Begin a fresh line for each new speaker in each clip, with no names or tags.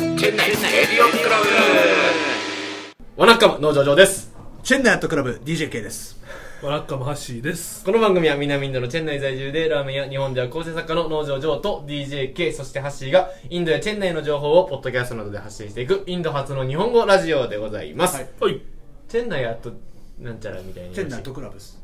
エリオンクラブわなっかも農場上です
チェンナイアットクラブ DJK です
わらっかもハッシーです。
この番組は南インドのチェン内在住でラーメンや日本では構成作家の農場上と DJK そしてハッシーがインドやチェン内の情報をポッドキャストなどで発信していくインド初の日本語ラジオでございます、
はい
はい。
チェン内アットなんちゃらみたいな
チェンナイアットクラブです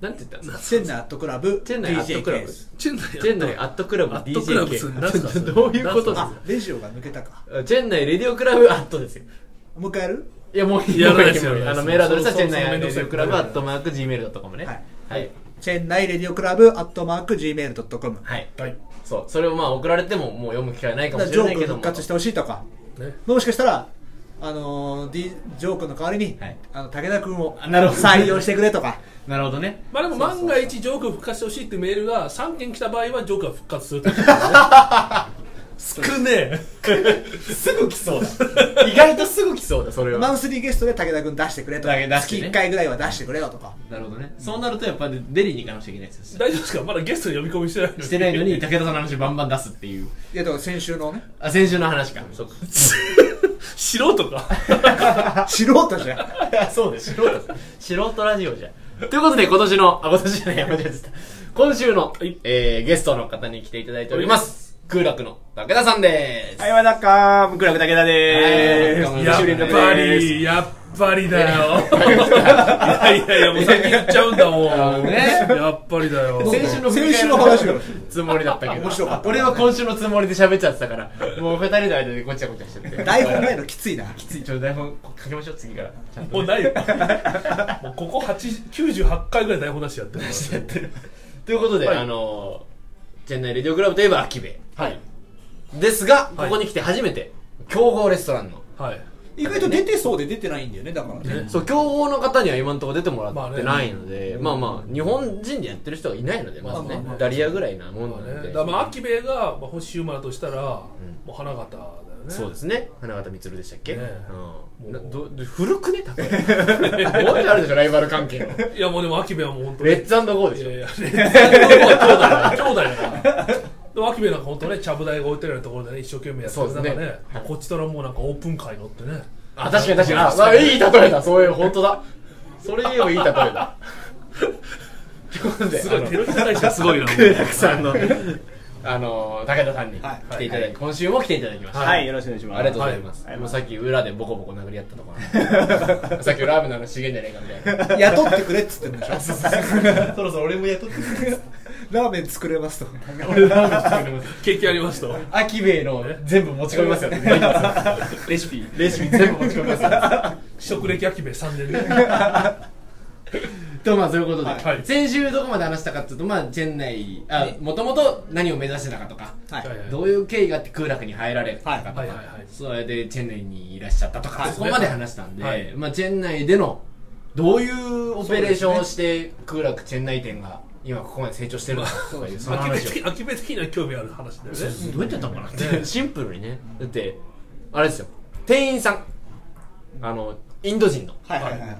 なんて言ったんですか
チェンナイアットクラブ
チェンナイアットクラ
DJK
ブ
です
チェンナイ
チェン内アットクラブ
アットクラブ
DJK
すんなんすかそ れ
どういうことです
あレジオが抜けたか
かチェン内レディオクラブアットですよ
もう一回やる
いやもういい
やらないですよ
もういいあの
そう
メールアドレスは
そう
チ
そ
ェン内
うそう
レ
めんど
デ
くさい
ィオクラブアットマーク Gmail.com ね
はい
はい
チェンナイレディオクラブアットマーク Gmail.com
はい
はい。
そうそれをまあ送られてももう読む機会ないかもし
ジ
れ
ョ
ない
ーク
けど
復
も
活してほしいとか
ね。
もしかしたらあのー D ジョークの代わりに、
はい
あの武田君を
あなるほど
採用してくれとか
なるほどね
まあでも万が一ジョーク復活してほしいってメールが3件来た場合はジョークは復活す るってことですね。少ねえ。
すぐ来そうだ 意外とすぐ来 そうだそれは
マンスリーゲストで武田君出してくれとか、
だけ出して
月
ね
1回ぐらいは出してくれよとか
なるほどねそうなるとやっぱりデリーに行かなくちゃいけないですよ
大丈夫ですかまだゲストに呼び込みしてないのに
してないのに武田さんの話バンバン出すっていう
いやだから先週 のね
あ先週の話かそうか
素人か。
素人じゃ ん
そうです素人素人ラジオじゃということで今年のあ今年じゃない間違えてた今週の、
い
えーゲストの方に来ていただいております空楽の武田さんです
はい、わだっかー、むくらくだけだでー
は
す。
いわ
やっ
だ
2週連続で
ぱ
ーす
り、やっぱりだよ。いやいやいや、もう先言っちゃうんだもん。
ね
やっぱりだよ。
先週の振り返り
先週の話よ
つもりだったけど
面白かった
俺は今週のつもりで喋っちゃってたからもう二人の間でごちゃごちゃしてて
台本ないのきついな
ついちょっと台本書きましょう次からちゃんと
もうないよ。もうここ8 98回ぐらい台本出しやってる。
やってるということで、
はい
あのチェンナイレディオクラブといえばアキベはいですがこ
はい
こに来て初めて競合レストランの
はい。
意外と出てそうで出てないんだよねだからね
そう競合の方には今のところ出てもらって
まあ
な
ね
いので、まあまあ日本人でやってる人がいないのでまずね、
まあまあまあ
ダリアぐらいなもんなので、
ね、だからまあアキベが、まあ、星馬だとしたら、もう花形だよね
そうですね花形満でしたっけ、
ね
うんな
もう
どど古くね高 いもうちょいあるでしょライバル関係の
いやもうでもアキベはもう本当に
レッツゴーで
い
し
や
ょ
いやレッツは兄弟だから兄弟だからでもアキベなんか本当ねちゃぶ台が置いてるようなところでね一生懸命やってる
そ
中
うで
ね
すね
まあこっちとらもうなんかオープン会乗ってね
あ確かに確かにあまあいい例えだそういう本当だそれでもいい例えだということです
ご
あ
い
の
手のひら返しがすごいな
空楽さんの あの武田さんに
は
来ていただいて今週も来ていただきました
は
はい、よろしくお願いします。
ありがとうございます、
はい
もうさっき裏でボコボコ殴り合ったところ さっきラーメンの話しげんじゃねえ かみたいな
雇ってくれっつってんでしょ
そろそろ俺も雇って
ラーメン作れますと
俺ラーメン作ります
経験ありますと
アキベイの全部持ち込みますよね。 レシピ。レシピ全部持ち込みます よ。
職歴アキベ3年ね
と、まあ、そういうことで、
はい
先週どこまで話したかっていうと、まあ、チェン内、あ、もともと何を目指してたかとか、
はい
はい
どういう経緯があって空楽に入られたかとか、
はいはいはい
それでチェン内にいらっしゃったとか、
はい
そこまで話したんで、
はい
まあ、チェン内での、どういうオペレーションをして、空楽チェン内店が今ここまで成長してるのかとかいう、その
アキベ
話を。
的アキベ的には興味ある話だよね
どうやってやったのかなって シンプルにねだってあれですよ店員さんあのインド人の
はいはいはい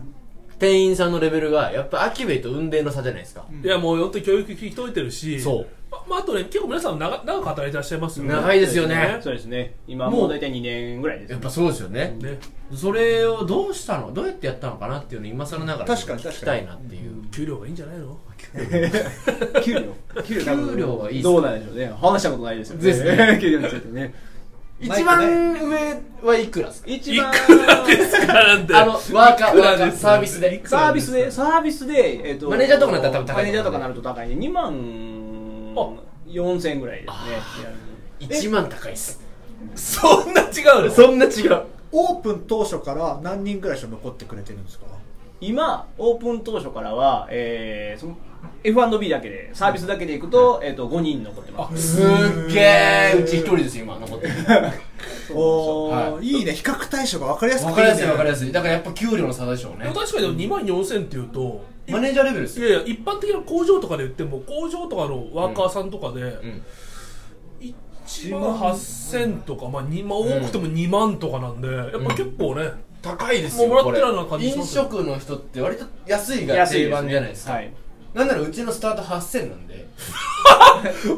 店員さんのレベルがやっぱアキベイと運命の差じゃないですか、
いやもう本当に教育聞き解いてるし
そう
ままああとね結構皆さん長長く働いてらっしゃいますよね
長いですよね
そうですね。今もう大体2年ぐらいです
やっ
ね。
ぱそうですよね、
ね
それをどうしたのどうやってやったのかなっていうのを今更ながら
確かに
聞きたいなっていう
給料がいいんじゃないの
給料。給
給料はいいっすね
どうなんでしょうね。話したことないですよね。
ですね
給料についてね。
一番上はいくらですか
一番、
なんて
あのワーカーワーカーサービス
い
で
くら
サービスで、サービスで、えっと、
マネージャーとかなったら多分高い
マネージャーとかなると高いね。2万4000円ぐらいですね。
1万高いっす
そんな違うの
そんな違う
オープン当初から何人ぐらいしか残ってくれてるんですか
今オープン当初からは、えー、その F&B だけでサービスだけでいくと,、えー、と5人残ってます
すっげえうち一人ですよ今残ってるなんで
お
すよ
ーいいね比較対象が分かりやす
分
く
か
てい
り
い
やすい分かり
ね
やすいだからやっぱ給料の差でしょう
で
ね
も確かに2万4000っていうと
マネージャーレベルです
い
よ
やいや一般的な工場とかで言っても工場とかのワーカーさんとかで
ん
1万8000とか、まあ2まあ、多くても2万とかなんでやっぱ結構ね、
高いです
もうもらってるよう
こ
な
れ
感じしま
飲
すよ
食の人って割と安いが定番じゃないですか
はい
なんならうちのスタート8000なんで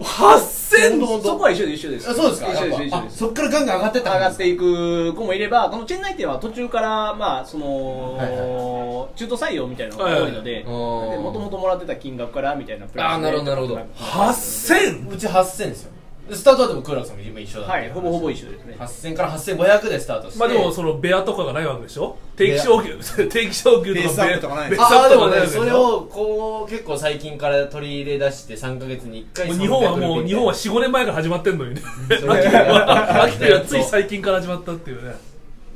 8000
ほんと
そこは一緒で一緒です
あそうですか
一緒で
や
す
っ
一
ぱ
緒です
そっからガンガン上がってった
上がっていく子もいれば、このチェンナイ店は途中から、まあ、その、
はいはい
中途採用みたいなのが多いので、
はいはい
もともともらってた金額からみたいなプラスで
あーなるほどなるほど
8000
うち8000ですよでスタートはでもクーラーさんも今一緒だ
はい、ほぼほぼ一
緒
緒ですね。
8000から8500でスタートして
まあでもそのベアとかがないわけでしょ定期昇給 定期昇給とか
ベースアップとかない
ベース
あ
ア
あで
ップとか
も
ないわ
ね
けでし
それ
ょ
をこう結構最近から取り入れ出して3ヶ月に1回
もう日本はもう日本は45年前から始まってんのにね秋は 秋というのはつい最近から始まったっていうね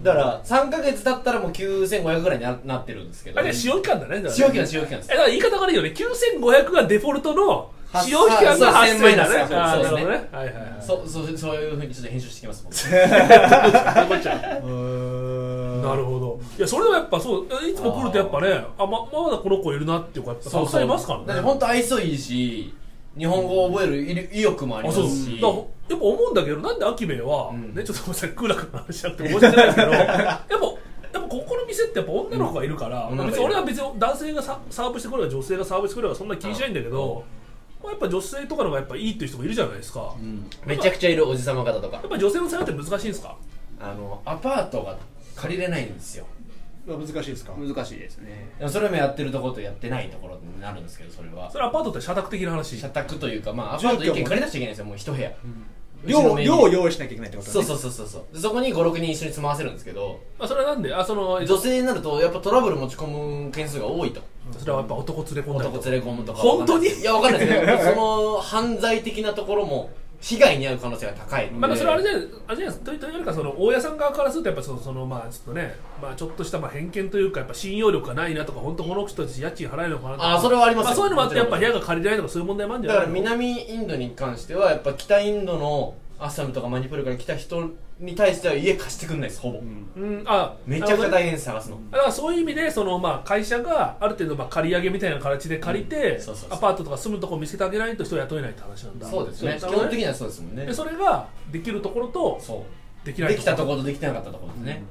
だから3ヶ月経ったらもう9500ぐらいにななってるんですけど
あれは使用期間だねだからね
使用期間使用期間です
えだから言い方がいいよね9500がデフォルトの使用期間が
はっ
8000だね
そう
あー
そうそう
なるほどねはいはいはい
そそうそういうふうにちょっと編集してき ます僕
なるほどいやそれでもやっぱそういつも来るとやっぱねあままだこの子いるなっていう子やっぱたくさんいますからね
だって本当愛想いいし日本語を覚える意意欲もあり
あ
ま
そうだ
すし
からやっぱ思うんだけどなんでアキベイは、
ん
ねちょっとごめんなさいクーラーの話しちゃって申し訳ないですけどやっぱやっぱここの店ってやっぱ女の子がいるから、
うん
まあ別に
女
俺
の
は別に男性がササーブしてくれば女性がサーブしてくればそんな気にしないんだけど、まあ、やっぱ女性とかの方がやっぱいいっていう人もいるじゃないですか、や
めちゃくちゃいるおじさま方とか
っぱ女性の採用って難しいんですか
あのアパートが借りれないんですよ
難しいですか
難しいですね。
でもそれもやってるところとやってないところになるんですけどそれは
それアパートって社宅的な話
社宅というかまあアパート一軒借りなくちゃいけないんですよもう一部屋
量を量を
量
用意しなきゃいけないってこと
そうそううそうそうそうでそこに56人一緒に住まわせるんですけど
まあ、それはなんであその
女性になるとやっぱトラブル持ち込む件数が多いと
それはやっぱ男連れ込んだりとか
男連れ込むとか
本当に
いやわかんないですけどその犯罪的なところも被害に遭う可能性が高いので
まあ、それはあれじゃない、あれじゃないですか、というというよりか、その大家さん側からすると、やっぱその、その、まあ、ちょっとね、まあ、ちょっとした、まあ、偏見というか、やっぱ信用力がないなとか、本当この人たち家賃払えるのかなとか。
あそれはありますよ
まあ、そういうのもあって、やっぱ
も
部
ちろ
屋が借りれないとか、そういう問題もあるんじゃ
だ
ない
から南インドに関してはやっぱ北インドのアッサムとかマニプールから来た人に対しては家貸してくんないですほぼ、
うん、あ、
めちゃくちゃ
なるほどね
大変です探すの
だからそういう意味でその、まあ、会社がある程度、まあ、借り上げみたいな形で借りて
んそうそうそう
アパートとか住むとこ見せてあげないと人を雇えないって話なんだ
そうですね基
なるほど
本的にはそうですもんね
でそれができるところと
そう
できない
できたと
こ
ころとできてなかったところですね、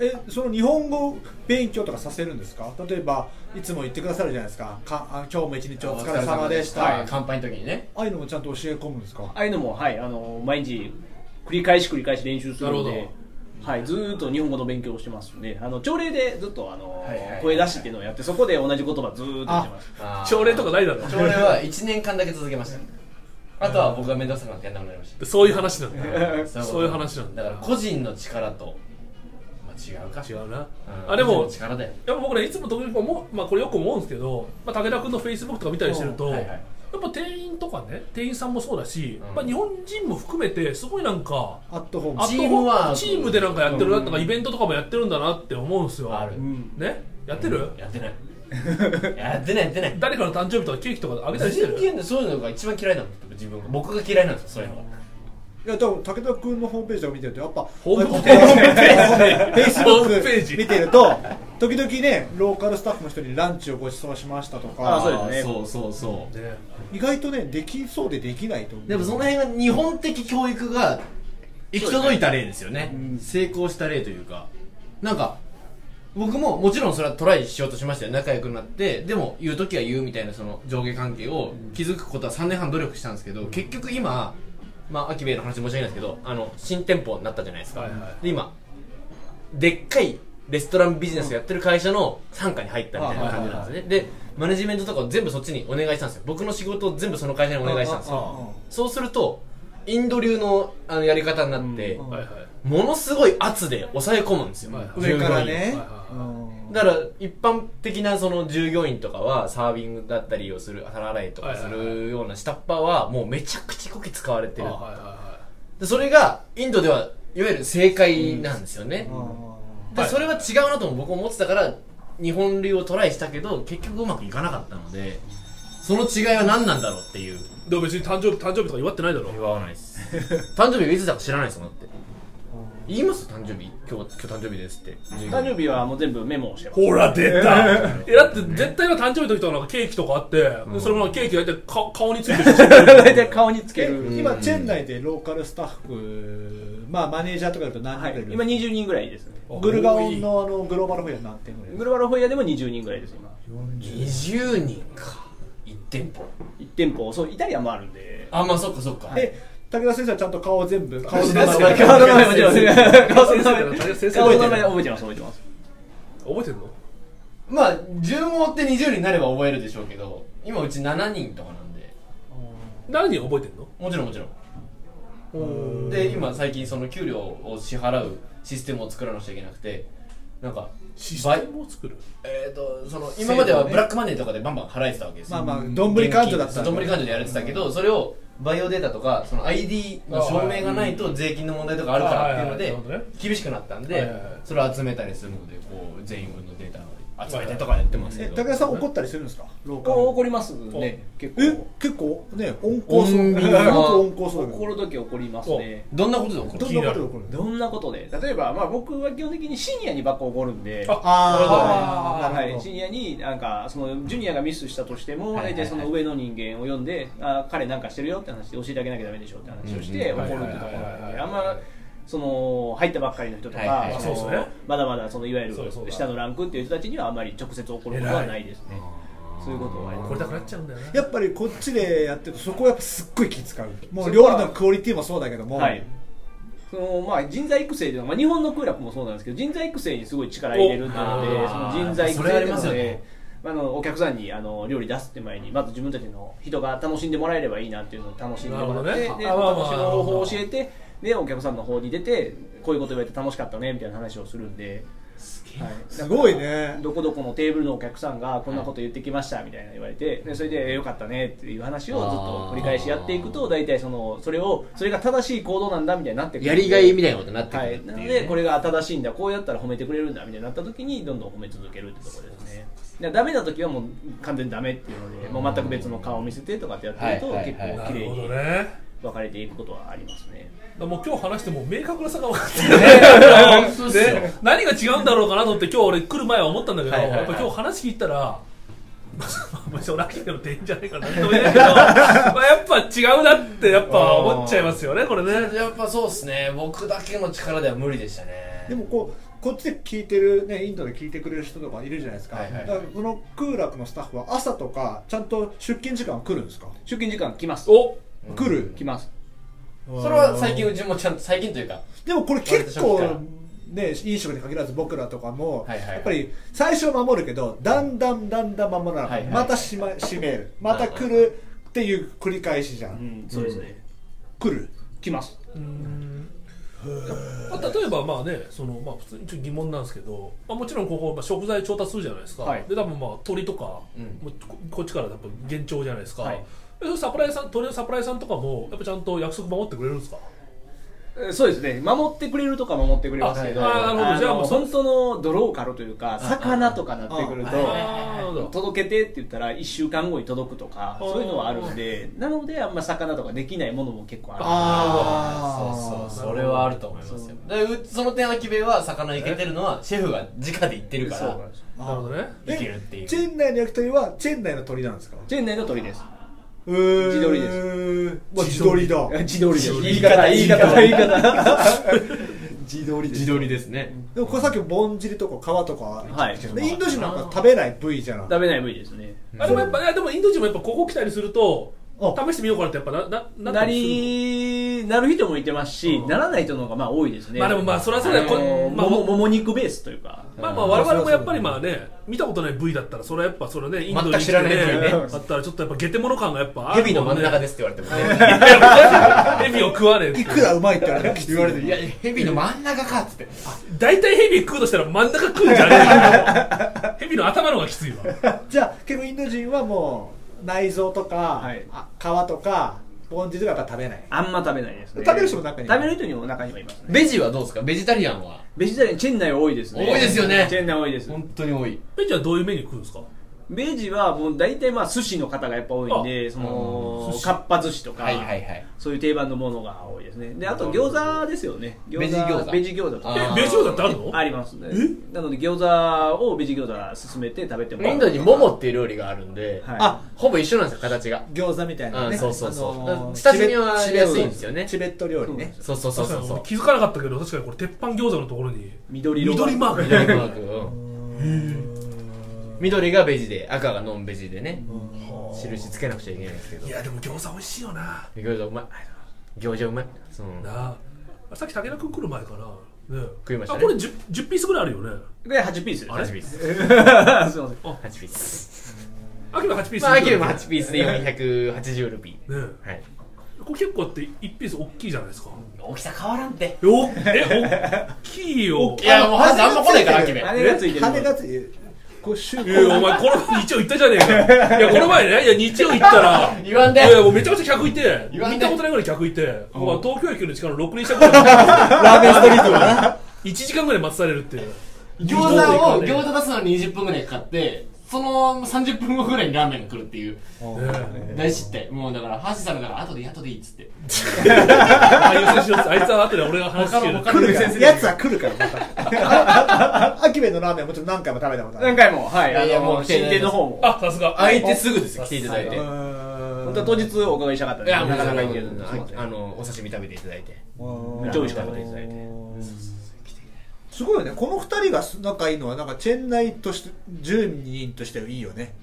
えその日本語勉強とかさせるんですか例えばいつも言ってくださるじゃないですかかあ今日も一日お疲れ様でした、
はい
あ
乾杯の時にね
あいうのもちゃんと教え込むんですか
ああいうのも、はい、あの、毎日、繰り返し繰り返し練習するの
なる
で
ほ、
はい、ずーっと日本語の勉強をしてますので、あの、朝礼でずっと、あの
はいはいはい、
声出しっていうのをやって、そこで同じ言葉ずーっと言ってます。
あー
朝礼とかないだろ
朝礼は1年間だけ続けましたあとは僕が面倒くさくなってやんなくなりまし
そういう話なんだ
た
そういう話なんだ
だから個人の力と、まあ、違うか
違うな、
うん
あで
個人
も
の力だよ
やっぱ僕ねいつも時々思う、まあ、これよく思うんですけど、まあ、武田君のフェイスブックとか見たりしてると、
うんはいはい
やっぱ店員とかね店員さんもそうだし、
うん
まあ、日本人も含めてすごいなんか
アットホーム
あと
チームワーク
チームでなんかやってるななんかイベントとかもやってるんだなって思うんですよ
ある
ねやってる、
やってないやってないやって ない
誰かの誕生日とかケーキとかあげたりして
全
る
然そういうのが一番嫌いなんですよ自分が僕が嫌いなんですよそういうのが
いやでも武田君のホームページとか見てるとやっぱ
ホ
ホ
ームページ
フェイスブ
ホームペー
ッ
ジ
ク見てると時々ねローカルスタッフの人にランチをご馳走しましたとか
あそうですね
あーそうそうそ
ね
意外とねできそうでできないと思
う
う
でもその辺が日本的教育が行き届いた例ですよね成功した例というかなんか僕ももちろんそれはトライしようとしましたよ仲良くなってでも言う時は言うみたいなその上下関係を築くことは3年半努力したんですけど結局今まあ秋兵衛の話申し訳ないですけどあの新店舗になったじゃないですか、
はいはい
で今でっかいレストランビジネスをやってる会社の傘下に入ったみたいな感じなんですねでマネジメントとかを全部そっちにお願いしたんですよ僕の仕事を全部その会社にお願いしたんですよそうするとインド流のあのやり方になって、
うん
はいはい
ものすごい圧で抑え込むんですよ、
はいはい
上からね
はいは
うん
だから一般的なその従業員とかはサービングだったりをする皿洗いとかす
はいはい
るような下っ端はもうめちゃくちゃこき使われて
あ
る
はいは
でそれがインドではいわゆる正解なんですよね、
あ
で
はい
それは違うなとも僕思ってたから日本流をトライしたけど結局うまくいかなかったのでその違いは何なんだろうっていう
いでも別に誕生日誕生日とか祝ってないだろ
言わないです誕生日がいつだか知らないですもんだって言います誕生日今日今日誕生日ですって
誕生日はもう全部メモをしてます。
ほら出たえだって絶対の誕生日の時とかなんかケーキとかあって、でそれもなんかケーキ大体か顔についてるし
大体顔につけ
え
る。
今チェン内でローカルスタッフまあマネージャーとかだと何人
は
ぐら
い
いい、る
今20人ぐらいですね。
グルガオンのあのグローバルフェア何点ぐらい
グローバルホイヤーでも20人ぐらいです、今。
20人か店舗
一店舗そうイタリアンもあるんで
あまあそっかそっか、
で武田先生はちゃんと顔を全部顔の
顔
名
の
前
名前もちろん顔の名前
先生
顔の名前覚えてます覚えてます
覚えてるの
まあ順を追って20人になれば覚えるでしょうけど今うち7人とかなんで
何人覚えてんの
もちろんもちろんで今最近その給料を支払うシステムを作らなくちゃいけなくてなんか
システムを作る
えー、とその今まではブラックマネーとかでバンバン払えてたわけです
ま
よ、
あまあどんぶり勘定だった
どんぶり勘定でやれてたけど、それをバイオデータとかその ID の証明がないと税金の問題とかあるからっていうの
はいはいはいなる
で
ほ
厳しくなったん
はい
で
はいはい
それを集めたりするのでこう全員分のデータを集めてとかやってますけ
え
ど
武田さん怒ったりするんですか廊下
怒りますね結
え
構
結構ね温厚そう
穏
結
便な
構温厚そうだけど
心時怒りますね
どんなことで怒る
どんなことで怒るの
どんなことで例えば、まあ、僕は基本的にシニアにばっか怒るんで
あ
あーな
は
るほ
い、
ど
シニアになんかそのジュニアがミスしたとして
はい
も、
はいはい
大体その上の人間を呼んであ彼なんかしてるよって話で教えてあげなきゃダメでしょって話をして
うん
怒
う
る
ん
ってところなん
はいはいはいはい
であんまその入ったばっかりの人と
は
か、
いはいはい
その
そうですね
まだまだそのいわゆる
そうだそうだ
下のランクっていう人たちにはあまり直接怒ることはないですねそういうことはあります
怒りたくなっちゃうんだよな
やっぱりこっちでやってるとそこはやっぱすっごい気使うもう料理のクオリティもそうだけども、
はいそのまあ、人材育成というのは、まあ、日本の空楽もそうなんですけど人材育成にすごい力入れるっていうので
お
その人材育
そ
成
れあり
な
ま
の
す
で、
よね
あのお客さんにあの料理出すって前にまず自分たちの人が楽しんでもらえればいいなっていうのを楽しんでもらっ
なるほ
て、
どね
で
あまあまあ
楽しみの方法を教えてでお客さんの方に出てこういうこと言われて楽しかったねみたいな話をするんで。はい、
すごいね
どこどこのテーブルのお客さんがこんなこと言ってきましたみたいな言われてでそれでえよかったねっていう話をずっと繰り返しやっていくと大体そのそれをそれが正しい行動なんだみたいになってくる
やりがいみたいなことになってく
は
るっ
い、
て
な
いう、
の
ね
でこれが正しいんだこうやったら褒めてくれるんだみたいになった時にどんどん褒め続けるってところですねだからダメな時はもう完全にダメっていうのでもう全く別の顔を見せてとかってやってると
はいはい
結
はい
構
な
綺
る
麗
ほど
に
ねだか
分かれていくことはありますね
らもう今日話しても明確な差が分かってる
本当っすよ
ね、何が違うんだろうかなと思って今日俺来る前は思ったんだけど、
はいはいはい
やっぱ今日話聞いたらまあそラッキーでも店員じゃないから何とも言え ないけどまあやっぱ違うなってやっぱ思っちゃいますよねこれね
やっぱそうですね僕だけの力では無理でしたね
でもこうこっちで聞いてる、ね、インドで聞いてくれる人とかいるじゃないですか,、
はいはい
だからその空楽のスタッフは朝とかちゃんと出勤時間来るんですか、
出勤時間来ます
お
来る
来ます
それは最近うちもちゃんと最近というか
でもこれ結
割と初期から
構ね飲食に限らず僕らとかも、
はいはいはい
やっぱり最初は守るけどだんだんだんだん守らない、
はいはい
また閉ま閉めるまた来るっていう繰り返しじゃん、
うんそうですね
来る
来ます
まあ、例えばまあねその、まあ、普通にちょっと疑問なんですけど、まあ、もちろんここ、まあ、食材調達するじゃないですか、
はい
で多分まあ鳥とか、
うん
もうここっちから多分現調じゃないですか、
はい
でそのサプライさん鳥のサプライさんとかもやっぱちゃんと約束守ってくれるんですか
えーそうですね守ってくれるとか守ってくれますけど
ああーなるほどじゃあ
の
もう
本当のドローカルというか魚とかなってくる
あ
と
なるほど
届けてって言ったら1週間後に届くとかそういうのはあるんでなのであんま魚とかできないものも結構あ
そうそうそれはあると思いますよでうその点アキベは魚いけてるのはシェフが直で行ってる
る
か
そうなん
ら
です
なるほどね
え
いけるっていう
チェン内の焼き鳥はチェン内の鳥なんですか
チェーン内の鳥です
自
自撮りで
です自撮りだ
自撮りです
言い方
言い
言
方言
い
い
方
方
自撮り
自撮りですね
でもこれさっきぼんじりとか皮とか、
はい
でインド人なんか食べない部位じゃない
食べない部位ですね
あでもやっぱ、いやでもインド人もやっぱここ来たりすると
あ
試してみようかなってやっぱなななった
な
りする
りなる人もいてますしならない人の方がまあ多いですね
まあでもまあそれはそうだよ
あの
こんまあ
もももも肉ベースというか
まあまあ我々もやっぱりまあね見たことない部位だったらそれはやっぱそれはねインドに
全く知らない部位ね
だったらちょっとやっぱゲテモノ感がやっぱあ
ヘ
る
ビの真ん中ですすって言われてもね
ヘビを食われる
いくらうまいって言われても言われて
いやヘビの真ん中かっつって
大体ヘビ食うとしたら真ん中食うんじゃねえかよヘビの頭の方がきついわ
じゃあ結構インド人はもう内臓とか、
はい
あ皮とかぼんじりとかやっぱ食べない
あんま食べないですね
食べる人も中には
食べる人にも中にはいますね
ベジはどうですかベジタリアンは
ベジタリアンチェン内多いですね
多いですよね
チェン内多いです
本当に多い
ペンチはどういうメニュー食うんですか
明治はもう大体まあ寿司の方がやっぱ多いんでその
寿司
かっぱ寿司とか、
はいはいはい
そういう定番のものが多いですねであと餃子ですよね餃子
ベジ餃子
ベジ餃子と
あー
か
えベジ餃子ってあるの
ありますねなので餃子をベジ餃子勧めて食べてもらう
インドにモモっていう料理があるんで、
はい
あ
ほぼ一緒なんですよ形が
餃子みたいな
う
ね
んそうそうそう
ー
下積みは
チベット
安いんですよね
チベット料理ね
そうそうそうそう
確か
そ
に
う
俺気づかなかったけど確かにこれ鉄板餃子のところに
緑色が
緑マーク
緑マークうん緑がベジで赤がノンベジでね、
はあ
印つけなくちゃいけないんですけど
いやでも餃子美味しいよな
餃子うまい餃子うまいその
なあさっき武田君来る前かな、ね、
食いましたね
あこれ 10, 10ピースぐらいあるよね
で8ピース
あれ
8ピース
あ すいません
8ピース
秋の8ピース
まあアキルも8ピースで480ルピ
ね
ーはい
これ結構あって1ピース大きいじゃないですか
大きさ変わらんって
おえ大きいよ
いやもうハズあんま来ないからアキメ
あれがついてる
羽がついてるこうシュ
いやいやお前この前日曜行ったじゃねえかいやこの前ねいや日曜行ったら
言わんで
いやいやもうめちゃめちゃ客いて
言わんで
見たことないぐらい客いて、まあ、東京駅の近くの6輪車ぐらい
ラーメンストリートはな
1時間ぐらい待たされるっていう
餃子を餃子出すのに20分ぐらいかかってその30分後ぐらいにラーメンが来るっていう
ね
大失態もうだから橋さんだから後で後でいいっつって
ああいう選手のあいつは後で俺が話聞ける
来るからやつは来るからまたアキベのラーメンもちろん何回も食べたことある
何回もはい
いや
あ
も
の
う
進展の方も
あさすが
空いてすぐですよ来ていただいて
回
い
も本
本当は当日お伺いしたかったんで
や
す
もう
な
な
か
か
な
なか
か
い
行け
け
るん
る
ですいません
あのお刺身食べていただいて
めっちゃ美味しかったですね
すごいよねこの二人が仲いいのはなんかチェンナイとして10人としていいよね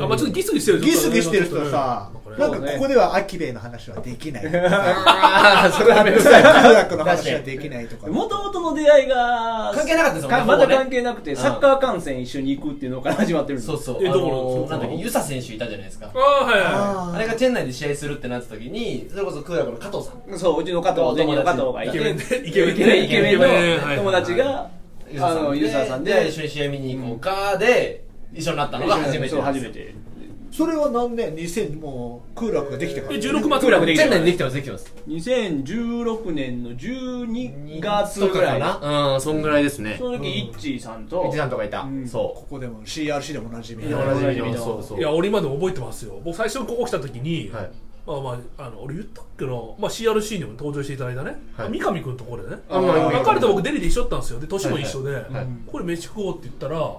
あまあちょっとギスギスしてる
ギスギスしてる人はさ
ちょっと
な
ね
ん
ね
かここではアキベの話はできない
あ あそれはめんどくさい
科学の話はできないとか
もともとの出会いが
関係なかったですもんね
か
ほぼね
まだ関係なくてサッカー観戦一緒に行くっていうのから始まってるんです
そうそう
え
あ
どこ
のなんだっけ
どこ
ユサ選手いたじゃないですか
ああはいはいは
あ
あれがチェン内で試合するってなった時にそれこそ空楽の加藤さん
うそううちの加藤お友の加藤がいて
イケメンで
イケメンでイケメン
イケメンはい
の友達があのユーザーさんで
一緒に試合見に行こうかで一緒になったのが初めて
そう初め
て
て
それは何年2000もう空楽ができてから
いで16月ぐらい
チェン内でできてますできてます
2016年の12月ぐらい
とかかなうんそんぐらいですね
その時イッチーさんと
一さんとかいた
ん
そ
ここでも CRC でもおなじみ
う
いや
同じ
同じ道
そうそ
いういや俺今でも覚えてますよ僕最初ここ来た時に、
はい
まあまあ、あの俺言ったっけな、まあ、CRC にも登場していただいたね、
はい
三上君ところでね
あまあ
あ彼と僕デリで一緒だったんですよで年も一緒で、
はいはいはい
これ飯食おうって言ったら、ま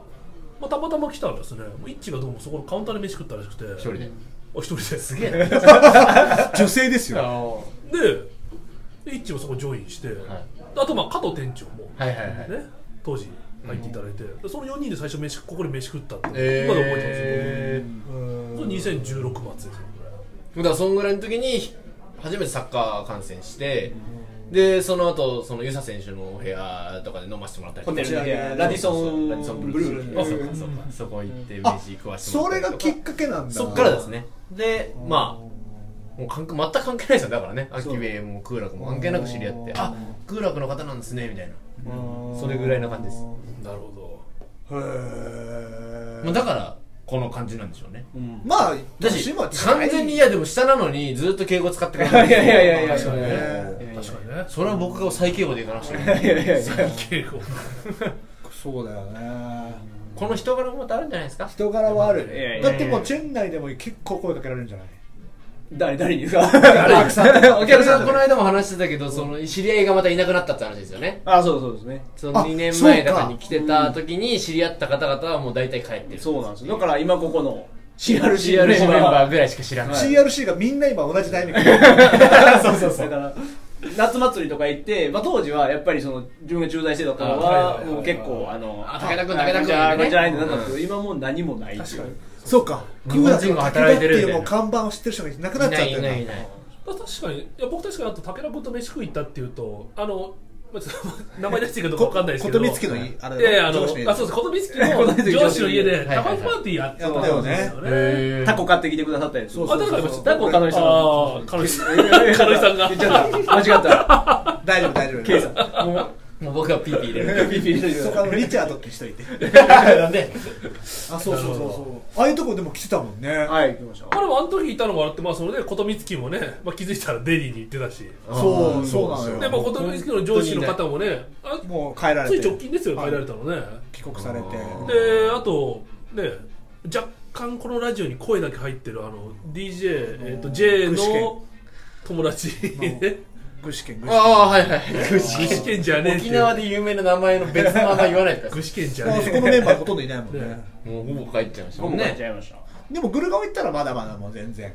あ、たまたま来たらですねもうイッチがどうもそこのカウンターで飯食ったらしくて一
一人で
一人です
げえな
女性ですよ
ででイッチもそこジョインして、あとまあ加藤店長も、
はいはいはい
ね、当時入っていただいて、でその4人で最初飯ここで飯食ったって、
え
今で覚えてますよ、
え
それ2016末ですよ
だからそんぐらいの時に初めてサッカー観戦してでその後そのユサ選手のお部屋とかで飲ませてもらったりと
ホ
か
テルの部屋ラディソン
ラディソン
ブ
ブル
ル
ー
ー
スそうかそうかそこ行って飯食わしても
そ
ら
れ
った
が
りとか
きっかけなんだ
そっからですねでまあもう関係全く関係ないですよだからね秋兵衛も空楽も関係なく知り合ってあ空楽の方なんですねみたいなそれぐらいな感じです、
なるほど
へー
まあ、だからこの感じなんでしょうね
まあ
私
は
完全にいやでも下なのにずっと敬語使ってくれない
いやいやいやいや
確かにね
確かに ね
それは僕が最敬語で言かなくちゃいけない
いやいやいや
稽古
そうだよね
この人柄もまたあるんじゃないですか
人柄はあ
いやいや
る
いや
だってもうチェン内でも結構声かけられるんじゃない
誰誰にですか誰
さん お
お客
客
さ
さ
ん
ん
と
こ
ね
の間も話してたけどその知り合いがまたいなくなったって話ですよね
あそうそうですね
その
あ
2年前
そう
と
か
かに来てた時に知り合った方々はもう大体帰ってる
そうなんですよだから今ここの
CRC
CRC の
メ
メ
ン
ンバ
バ
ー
ーぐらいしか知らない
CRC がみんな今同じタイミングで
そうそうそうだから夏祭りとか行って、まあ、当時はやっぱりその自分が駐在してた頃
あはいはい
は
はい
もう結構あの
あ武田君
あ
武田君
じゃあ
ね
こちらになったんですけど今もう何もないっていう
そうか
日本人が働いてるみ
空楽の
たいな
武田っていうもう看板を知ってる人がいなくなっちゃったよ
いないいないいない
まあ確かにいや僕確かにあと武田君と飯食い行ったっていうとあのまあちょっと 名前出していいかどうかわかんないですけど
ことみつきのいあれ
いやいやあの
上司の
あそうですことみつきの
ことみつきの
上司の家
は
で
いはい
タバコパーティーやってたんですよね
やった
へー
タコ買ってきてくださったやつ
そう
あ、だからです
タコカノイさん
ああ、カノイさん。カノイさんが。
言っちゃった間違った
大丈夫大丈夫
K さんもう
もう僕はピーピー入れる
ピーピー入れてくださ
そ
い
こあのリチャードって人いて
なんで
あそうそうそうそうああいうとこでも来てたもんね
はい来ました
まあでもあの時いたのがあって、まあそれで、ことみつきもね、まあ気づいたらデリーに行ってたし。
そうそう
で、
なの
まあ
よ
ことみつきの上司の方もね、あ
もう帰られ
つ
て
い直近ですよ、
は
帰
い
られたのね。
帰国されて
で、あと、ね、若干このラジオに声だけ入ってる、あの、DJ、えっと、J
具志堅
の友達。
具志堅具
あ
志堅
あはいはい具
具志堅じゃねえって
沖縄で有名な名前の別の名前言わない でくださ
具志堅じゃ
あ
ね
そこ
え。
のメンバーほとんどいないもんね
ね
いもうほぼ帰っちゃいましたも
僕
ん
買っち
ね
ゃいました
でもグルガオ行ったらまだまだもう全然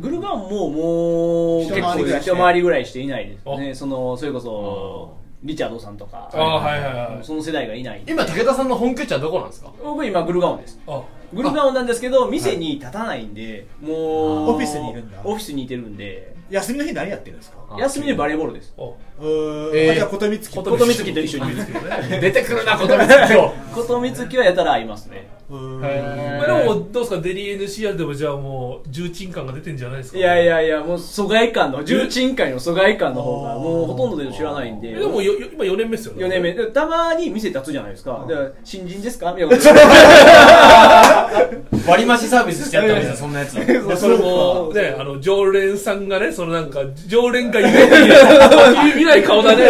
グルガンももう
一
結
回りぐ
構
らいして
一回りぐらいしていないです
あ
ねそのそれこそリチャードさんとか
ああはいはいはい
その世代がいないんで
今武田さんの本拠地はどこなんですか
僕今グルガオンです
あ
グルガオンなんですけど店に立たないんで、もう
オフィスにいるんだ
オフィスにいてるんで
休みの日何やってるんですか
あ
休みでバレーボールです
お
うーん、
えー
あじゃあ琴光
琴光と一緒にいる
けどね
出てくるなことです けど
琴光希はやたらいますね
うーん
まあでもどうですかデリー NCR でもじゃあもう重鎮感が出てんじゃないですか
いやいやいやもう疎外感の重鎮会の疎外感の方がもうほとんどで知らないんで
えでもよよ今4年目ですよね
4年目たまに店立つじゃないですかだから新人ですかみたいなこと
割り増しサービスしてやったんですよそんなやつ
でそれもねあの常連さんがねそのなんか常連会ゆえに見ない顔だね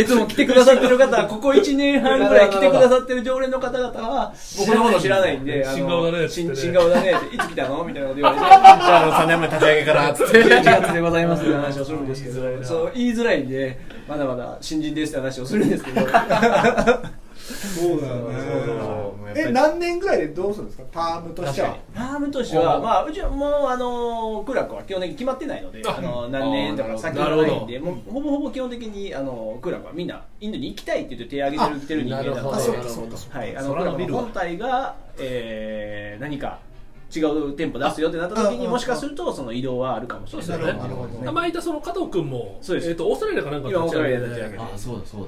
いつも来てくださってる 方、ここ1年半ぐらい来てくださってる常連の方々は、 僕のこと知らないんで、あの
新顔だねっつってね
新新顔だねって、いつ来たのみたいなこと言われて、
じゃああの3年前立ち上げからっつって
1月でございますって話をするんですけど、そう言いづらいんで、まだまだ新人ですって話をするんです けど、
そうだよね
そう
え何年ぐらいでどうするんですかタームとしては
ファームとしては、まあ、うちはもう、あのー、クラクは基本的に決まってないので、あのー何年とか先がないんで、もうほぼほぼ基本的に、あのー、クラクはみんな、インドに行きたいって言って手を挙げてる来てる人間な
なるほど
の
あ
で
そうかそうかそうか
はい、あ
そ
の
ら伸びるわ
本体が、えー、何か違う店舗出すよってなった時に
ああ
もしかするとその移動はあるかもしれない
そうですよね
なるほどね
名前いたその加藤君も
そうです
えっとオーストラリアかなんか立ち上げ
いやオーストラリア立ち上
て
げて
あそうだそうだ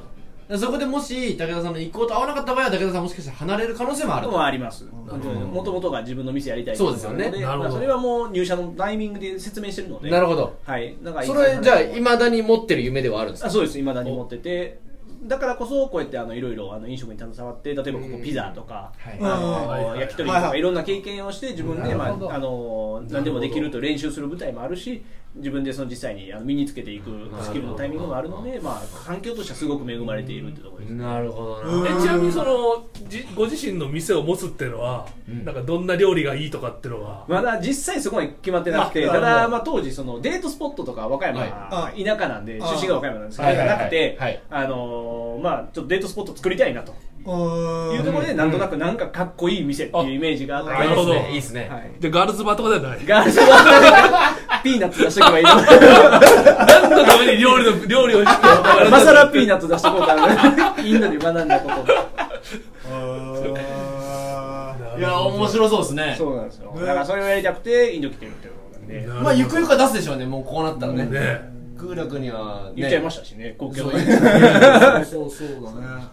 でそこでもし武田さんの意向と合わなかった場合は武田さんもしかしたら離れる可能性もある
もあります
ほど
もともとが自分の店やりたい
そうですよね
ということで
なるほど
まあそれはもう入社のタイミングで説明してるので
なるほど
はいだから
それじゃあ
いつ
いまだに持ってる夢ではあるんですか
あそうです未だに持っててだからこそこうやってあのいろいろあの飲食に携わって例えばここピザとか、
はい
あの
はいはい
焼き鳥とか、
はいいはい
ろんな経験をして自分で、
な
ま
るほど
あ、あの何でもできると練習する舞台もあるし自分でその実際にあの身につけていくスキルのタイミングもあるので、まあ、環境としてはすごく恵まれているってところです、
なるほど
うん
えちなみにそのじご自身の店を持つっていうのは、なんかどんな料理がいいとかっていうのは、
まだ実際そこまで決まってなくて、
あな
た
る
だ、
ほど
まあ、当時そのデートスポットとか和歌山、
はい
あ
田舎なんで出
あ
身が和歌山なんですけど、
はいはいはい
なくて、
はい
あのーまあ、ちょっとデートスポット作りたいなと。
うーん
いうところでなんとなくなんかかっこいい店っていうイメージがあって、
あなるほど
いいですねいいっすね
はい、
でガールズバーとかではない
ガールズバーでピーナッツ出しとけばいいの
何のために料理の料理をして
マサラピーナッツ出しとこうかなインドで学んだこと
あー
いや面白そうですね
そうなんですよだからそれをやりたくてインド来てるってことなんで
まあゆくゆくは出すでしょうねもうこうなったらね
ね
空楽にはね
言っちゃいましたしね公
そう
共の
そうそうだね
ま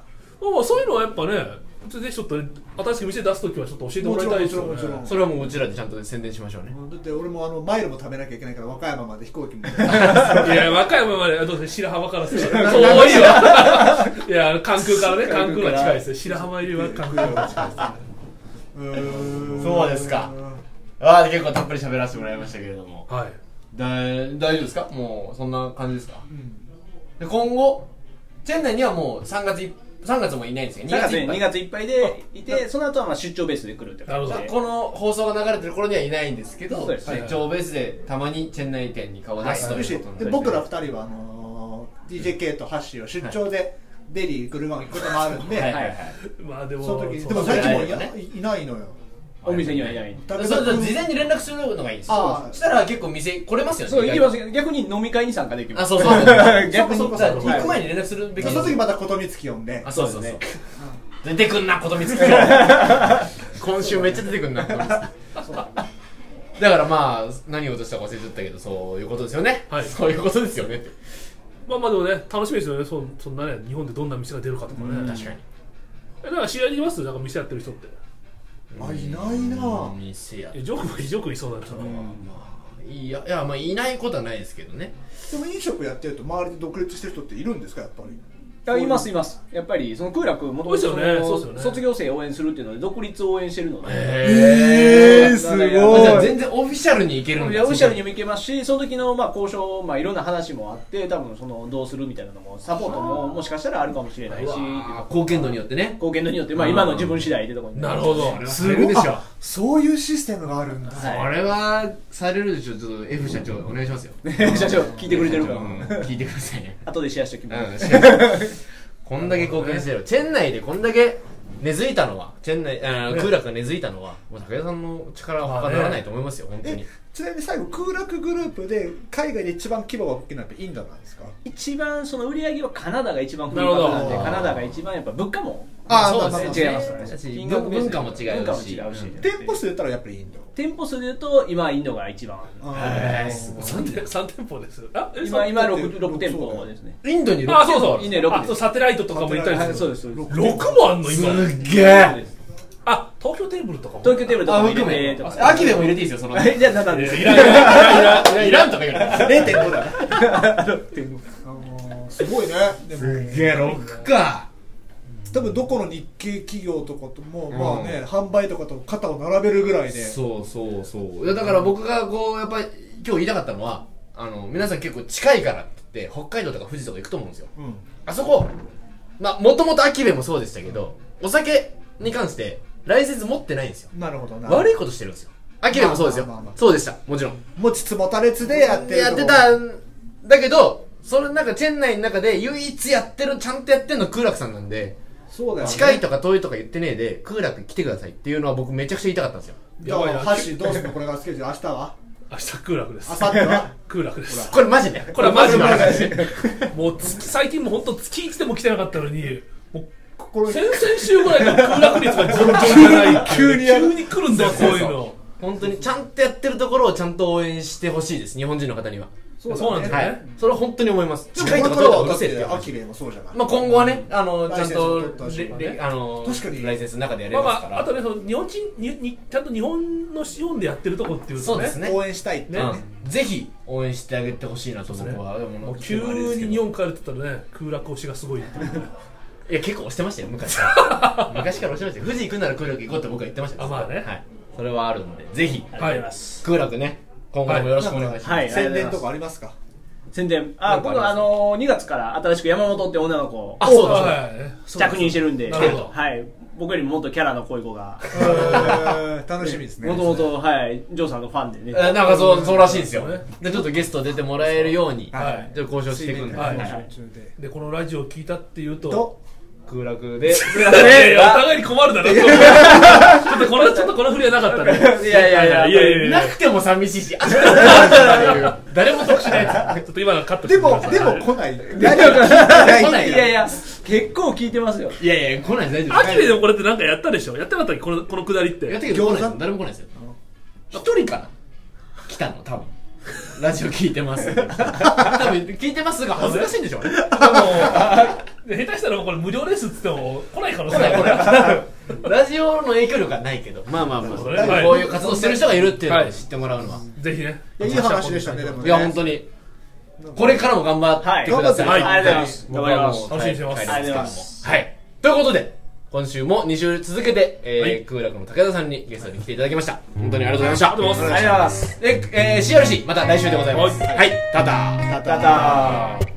あそういうのはやっぱねぜひちょっとね新しく店出すときはちょっと教えてもらいたいですよね
もちろん もちろんもちろん
それはもううちらでちゃんと宣伝しましょうね
だって俺もあのマイルも食べなきゃいけないから和歌山まで飛行 機も
いや、和歌山まで、どうせ白浜からすると遠いわ。いや、関空からね、関空が近いですよ。白浜よりは関空が近いですね。
そうですかああ結構たっぷり喋らせてもらいましたけれども
はい。
だ大丈夫ですかもうそんな感じですか、で今後チェン内にはもう3月い3月もいないんですけど
2
2
月
月い
に
っぱい
2月いっぱいでいてその後はまあ出張ベースで来るって
なるほ
感
ど
じで
この放送が流れてる頃にはいないんですけど
そうです
出張ベースでたまにチェン内店に顔を出すと
むし
いう
ろ
ことなんで
で僕ら二人はあのー DJK とハッシーを出張でデリーグルマン行くこともあるんで、
はいはいはい
まあでも、
その時
そう
でも
そ
最
れ
近もい
そうだ
や
ね
いないのよ
お店にはいない
それと事前に連絡するのがいいです
ああ
そしたら結構店来れますよね
そう
意
行
外
き
と
ますけど逆に飲み会に参加できま
あ
す
そうそう
逆に
そうか
じゃあ
そうか
行く前に連絡するべき
その時また琴光呼んで
あそうそう
そ
そうう
で
出てくんなこと見つ け今週めっちゃ出てくんなこと見つけだからまあ何を落としたか忘れちゃったけどそういうことですよね、
はい
そういうことですよねって
まあまあでもね、楽しみですよね。そんそんなね、日本でどんな店が出るかとかね。
確かに
え、だから知り合いにいますなんか店やってる人って。
あいないなぁ
店や
いやジョーク、ジョークいそうだけど。
いやいやまあいないことはないですけどね
でも飲食やってると周りで独立してる人っているんですかやっぱり
いやいますいますやっぱりその空楽もとも
そうですよねそうですよ
と
ね
卒業生を応援するっていうので独立を応援してるので、
へ
えーすごい
あじゃあ全然オフィシャルに行けるん
い
だ
やオフィシャルにも行けますし、その時のまあ交渉、まあいろんな話もあって、多分そのどうするみたいなのもサポートももしかしたらあるかもしれないし、
あ貢献度によってね
貢献度によってまあ今の自分次第ってところに。
なるほど。
すごいでしょ
あそういうシステムがあるんだ
は
あれはされるでしょちょっと F 社長お願いしますよ
い。 社長聞いてくれてるか
う。ん聞いてくださいね
後でシェアしておきます。
こんだけ貢献してる、チェン内でこんだけ根付いたのはチェン内あー、空楽が根付いたのはもう武田さんの力は他ならないと思いますよ、本当
え
に
ちなみに最後空楽グループで海外で一番規模が大きいのはやっぱインドなんですか
一番その売り上げはカナダが一番古いパターンで
なるほど
カナダが一一番やっぱ物価も
あー
まあ
まあまあ
違いますからね
だし
金額ベース
文
で
化も違うし
文化も違うし
うん
店舗数で言ったらやっぱりインド
店舗数で言うと今インドが一番
へーすごい
三店三店舗です。あ、え
今
三
今
そうだ
6,
よ
六店舗ですね
インドに
あ、そうそう。
いいね六
あそうサテライトとかも行ったり
はい
す
そう
る。
ですそうです
六もあんの
す
今。
っげえ
あ、東京テーブルとかも。
東京テーブルとかも入れ
あ
て
含め
とか
秋でも入れていいですよその
じゃあ何なんです
い
か
んいらん
ら
いらんいらん
いらんとか言われて0.5だ
すごいねですも
っげえ6か
多分どこの日系企業とかとも、
うん
まあね販売とかと肩を並べるぐらいで
そうそうそういやだから僕がこうやっぱり今日言いたかったのはあの皆さん結構近いからって言って北海道とか富士とか行くと思うんですよ
うん
あそこまあもともと秋部もそうでしたけどお酒に関してライセンス持ってないんですよ
なるほどな
悪いことしてるんですよ秋部もそうですよ
まあまあまあまあ
そうでしたもちろん
持ちつ持たれつでやってる
やってたんだけどそれなんかチェン内の中で唯一やってるちゃんとやってんの空楽さんなんで
そうだよ、ね、
近いとか遠いとか言ってねえで空楽来てくださいっていうのは僕めちゃくちゃ言いたかったんですよ
やばいな箸どうすんのこれがスケジュール明日は
明日空楽
明
です。
後日は
空楽です。
これマジで
これはマジの
マジ
話
で。
もう月最近も本当月一でも来てなかったのに、もう
心
先々週ぐらいから空楽率が順調じゃない。
急にやる
急に来るんだよこういうの。
本当にちゃんとやってるところをちゃんと応援してほしいです日本人の方には
そ
そうなんです
は
ね
いそれは本当に思います
でも
近いとか
こ
遠い
れ
とかう
からはだ
る
っ
せえって
て
言わ
ア
れ
キ
て
レイもそうじゃない、
まあ今後はねあのちゃん
ライセンスを取った
と
らしいからね
レレあの
確かに
ライセンスの中でやり
まあま
ますか
あ、あ
ら
とね、その日本人にに、ちゃんと日本の資本でやってるとこっていう
そ
と
う
ね、
ですね
応援したいってね
うんぜひ応援してあげてほしいなと僕は
も
思
う急に日本帰るって言ったらね、空楽推しがすごいっていうね
いや結構押してましたよ昔から昔から押してましたよ富士行くなら空楽行こうって僕は言ってましたよ
あまあね
はい、それはあるのでぜひ
ありがとうございます
空楽ね今後もよろしくお願いします、
はいはい
宣伝とかありますか
宣伝あ
なんか
今
あり
度
ます
あのー2月から新しく山本って女の子
あそうだ
は
そう
い
だ、
はいはいそうだ
着任してるんで
なるほど
はい僕よりももっとキャラの濃い子が
えー楽しみですね
もともとはいジョーさんのファンでね
えなんかそうそうらしいんですよ
そうね
でちょっとゲスト出てもらえるように
はい
ちょっと交渉していくんで、
はい
交渉中で
で、このラジオを聞いたっていうと、
と
空楽で
いやい やお互いに困るだろ、ちょっとこの、ちょっとこの振りはなかったね。
いやいやいや
いやいやい
な。
や
くても寂しいし あそうだっていう誰も得しないや
ちょっと今のカット
で
してく
も
ださい
でも 来ない何を聞いてない
来ない
いやいや結構聞いてますよ
ついやいや来ないです大丈夫
アキレでもこれってなんかやったでしょやってなかったっけこの、このくだりって。
やったけど来ないで
餃
す
子
誰も来ないですよ一人かな来たの多分ラジオ聞いてます多分聞いてますが恥ずかしいんでしょうね
でも下手したらこれ無料ですっつっても来ない可
来
能性
ない来
ある
ないラジオの影響力はないけどまあまあまあ
そうですねはい
こういう活動してる人がいるっていうのを知ってもらうのは
ぜひね。
いやいい話でしたねでも
いや本当にこれからも頑張ってください、
は
本
い
当に
ありがとうございます
僕はもう
頑張ります楽しみにしてます
帰り
あり
け
がとうございま
ども
す
はいということで今週も2週続けて、えー
はい
空楽の武田さんにゲストに来ていただきました本当にありがとうございました、
どうも
ありがとうございます
で、えー、CRC また来週でございます。はい、ただ。
ただ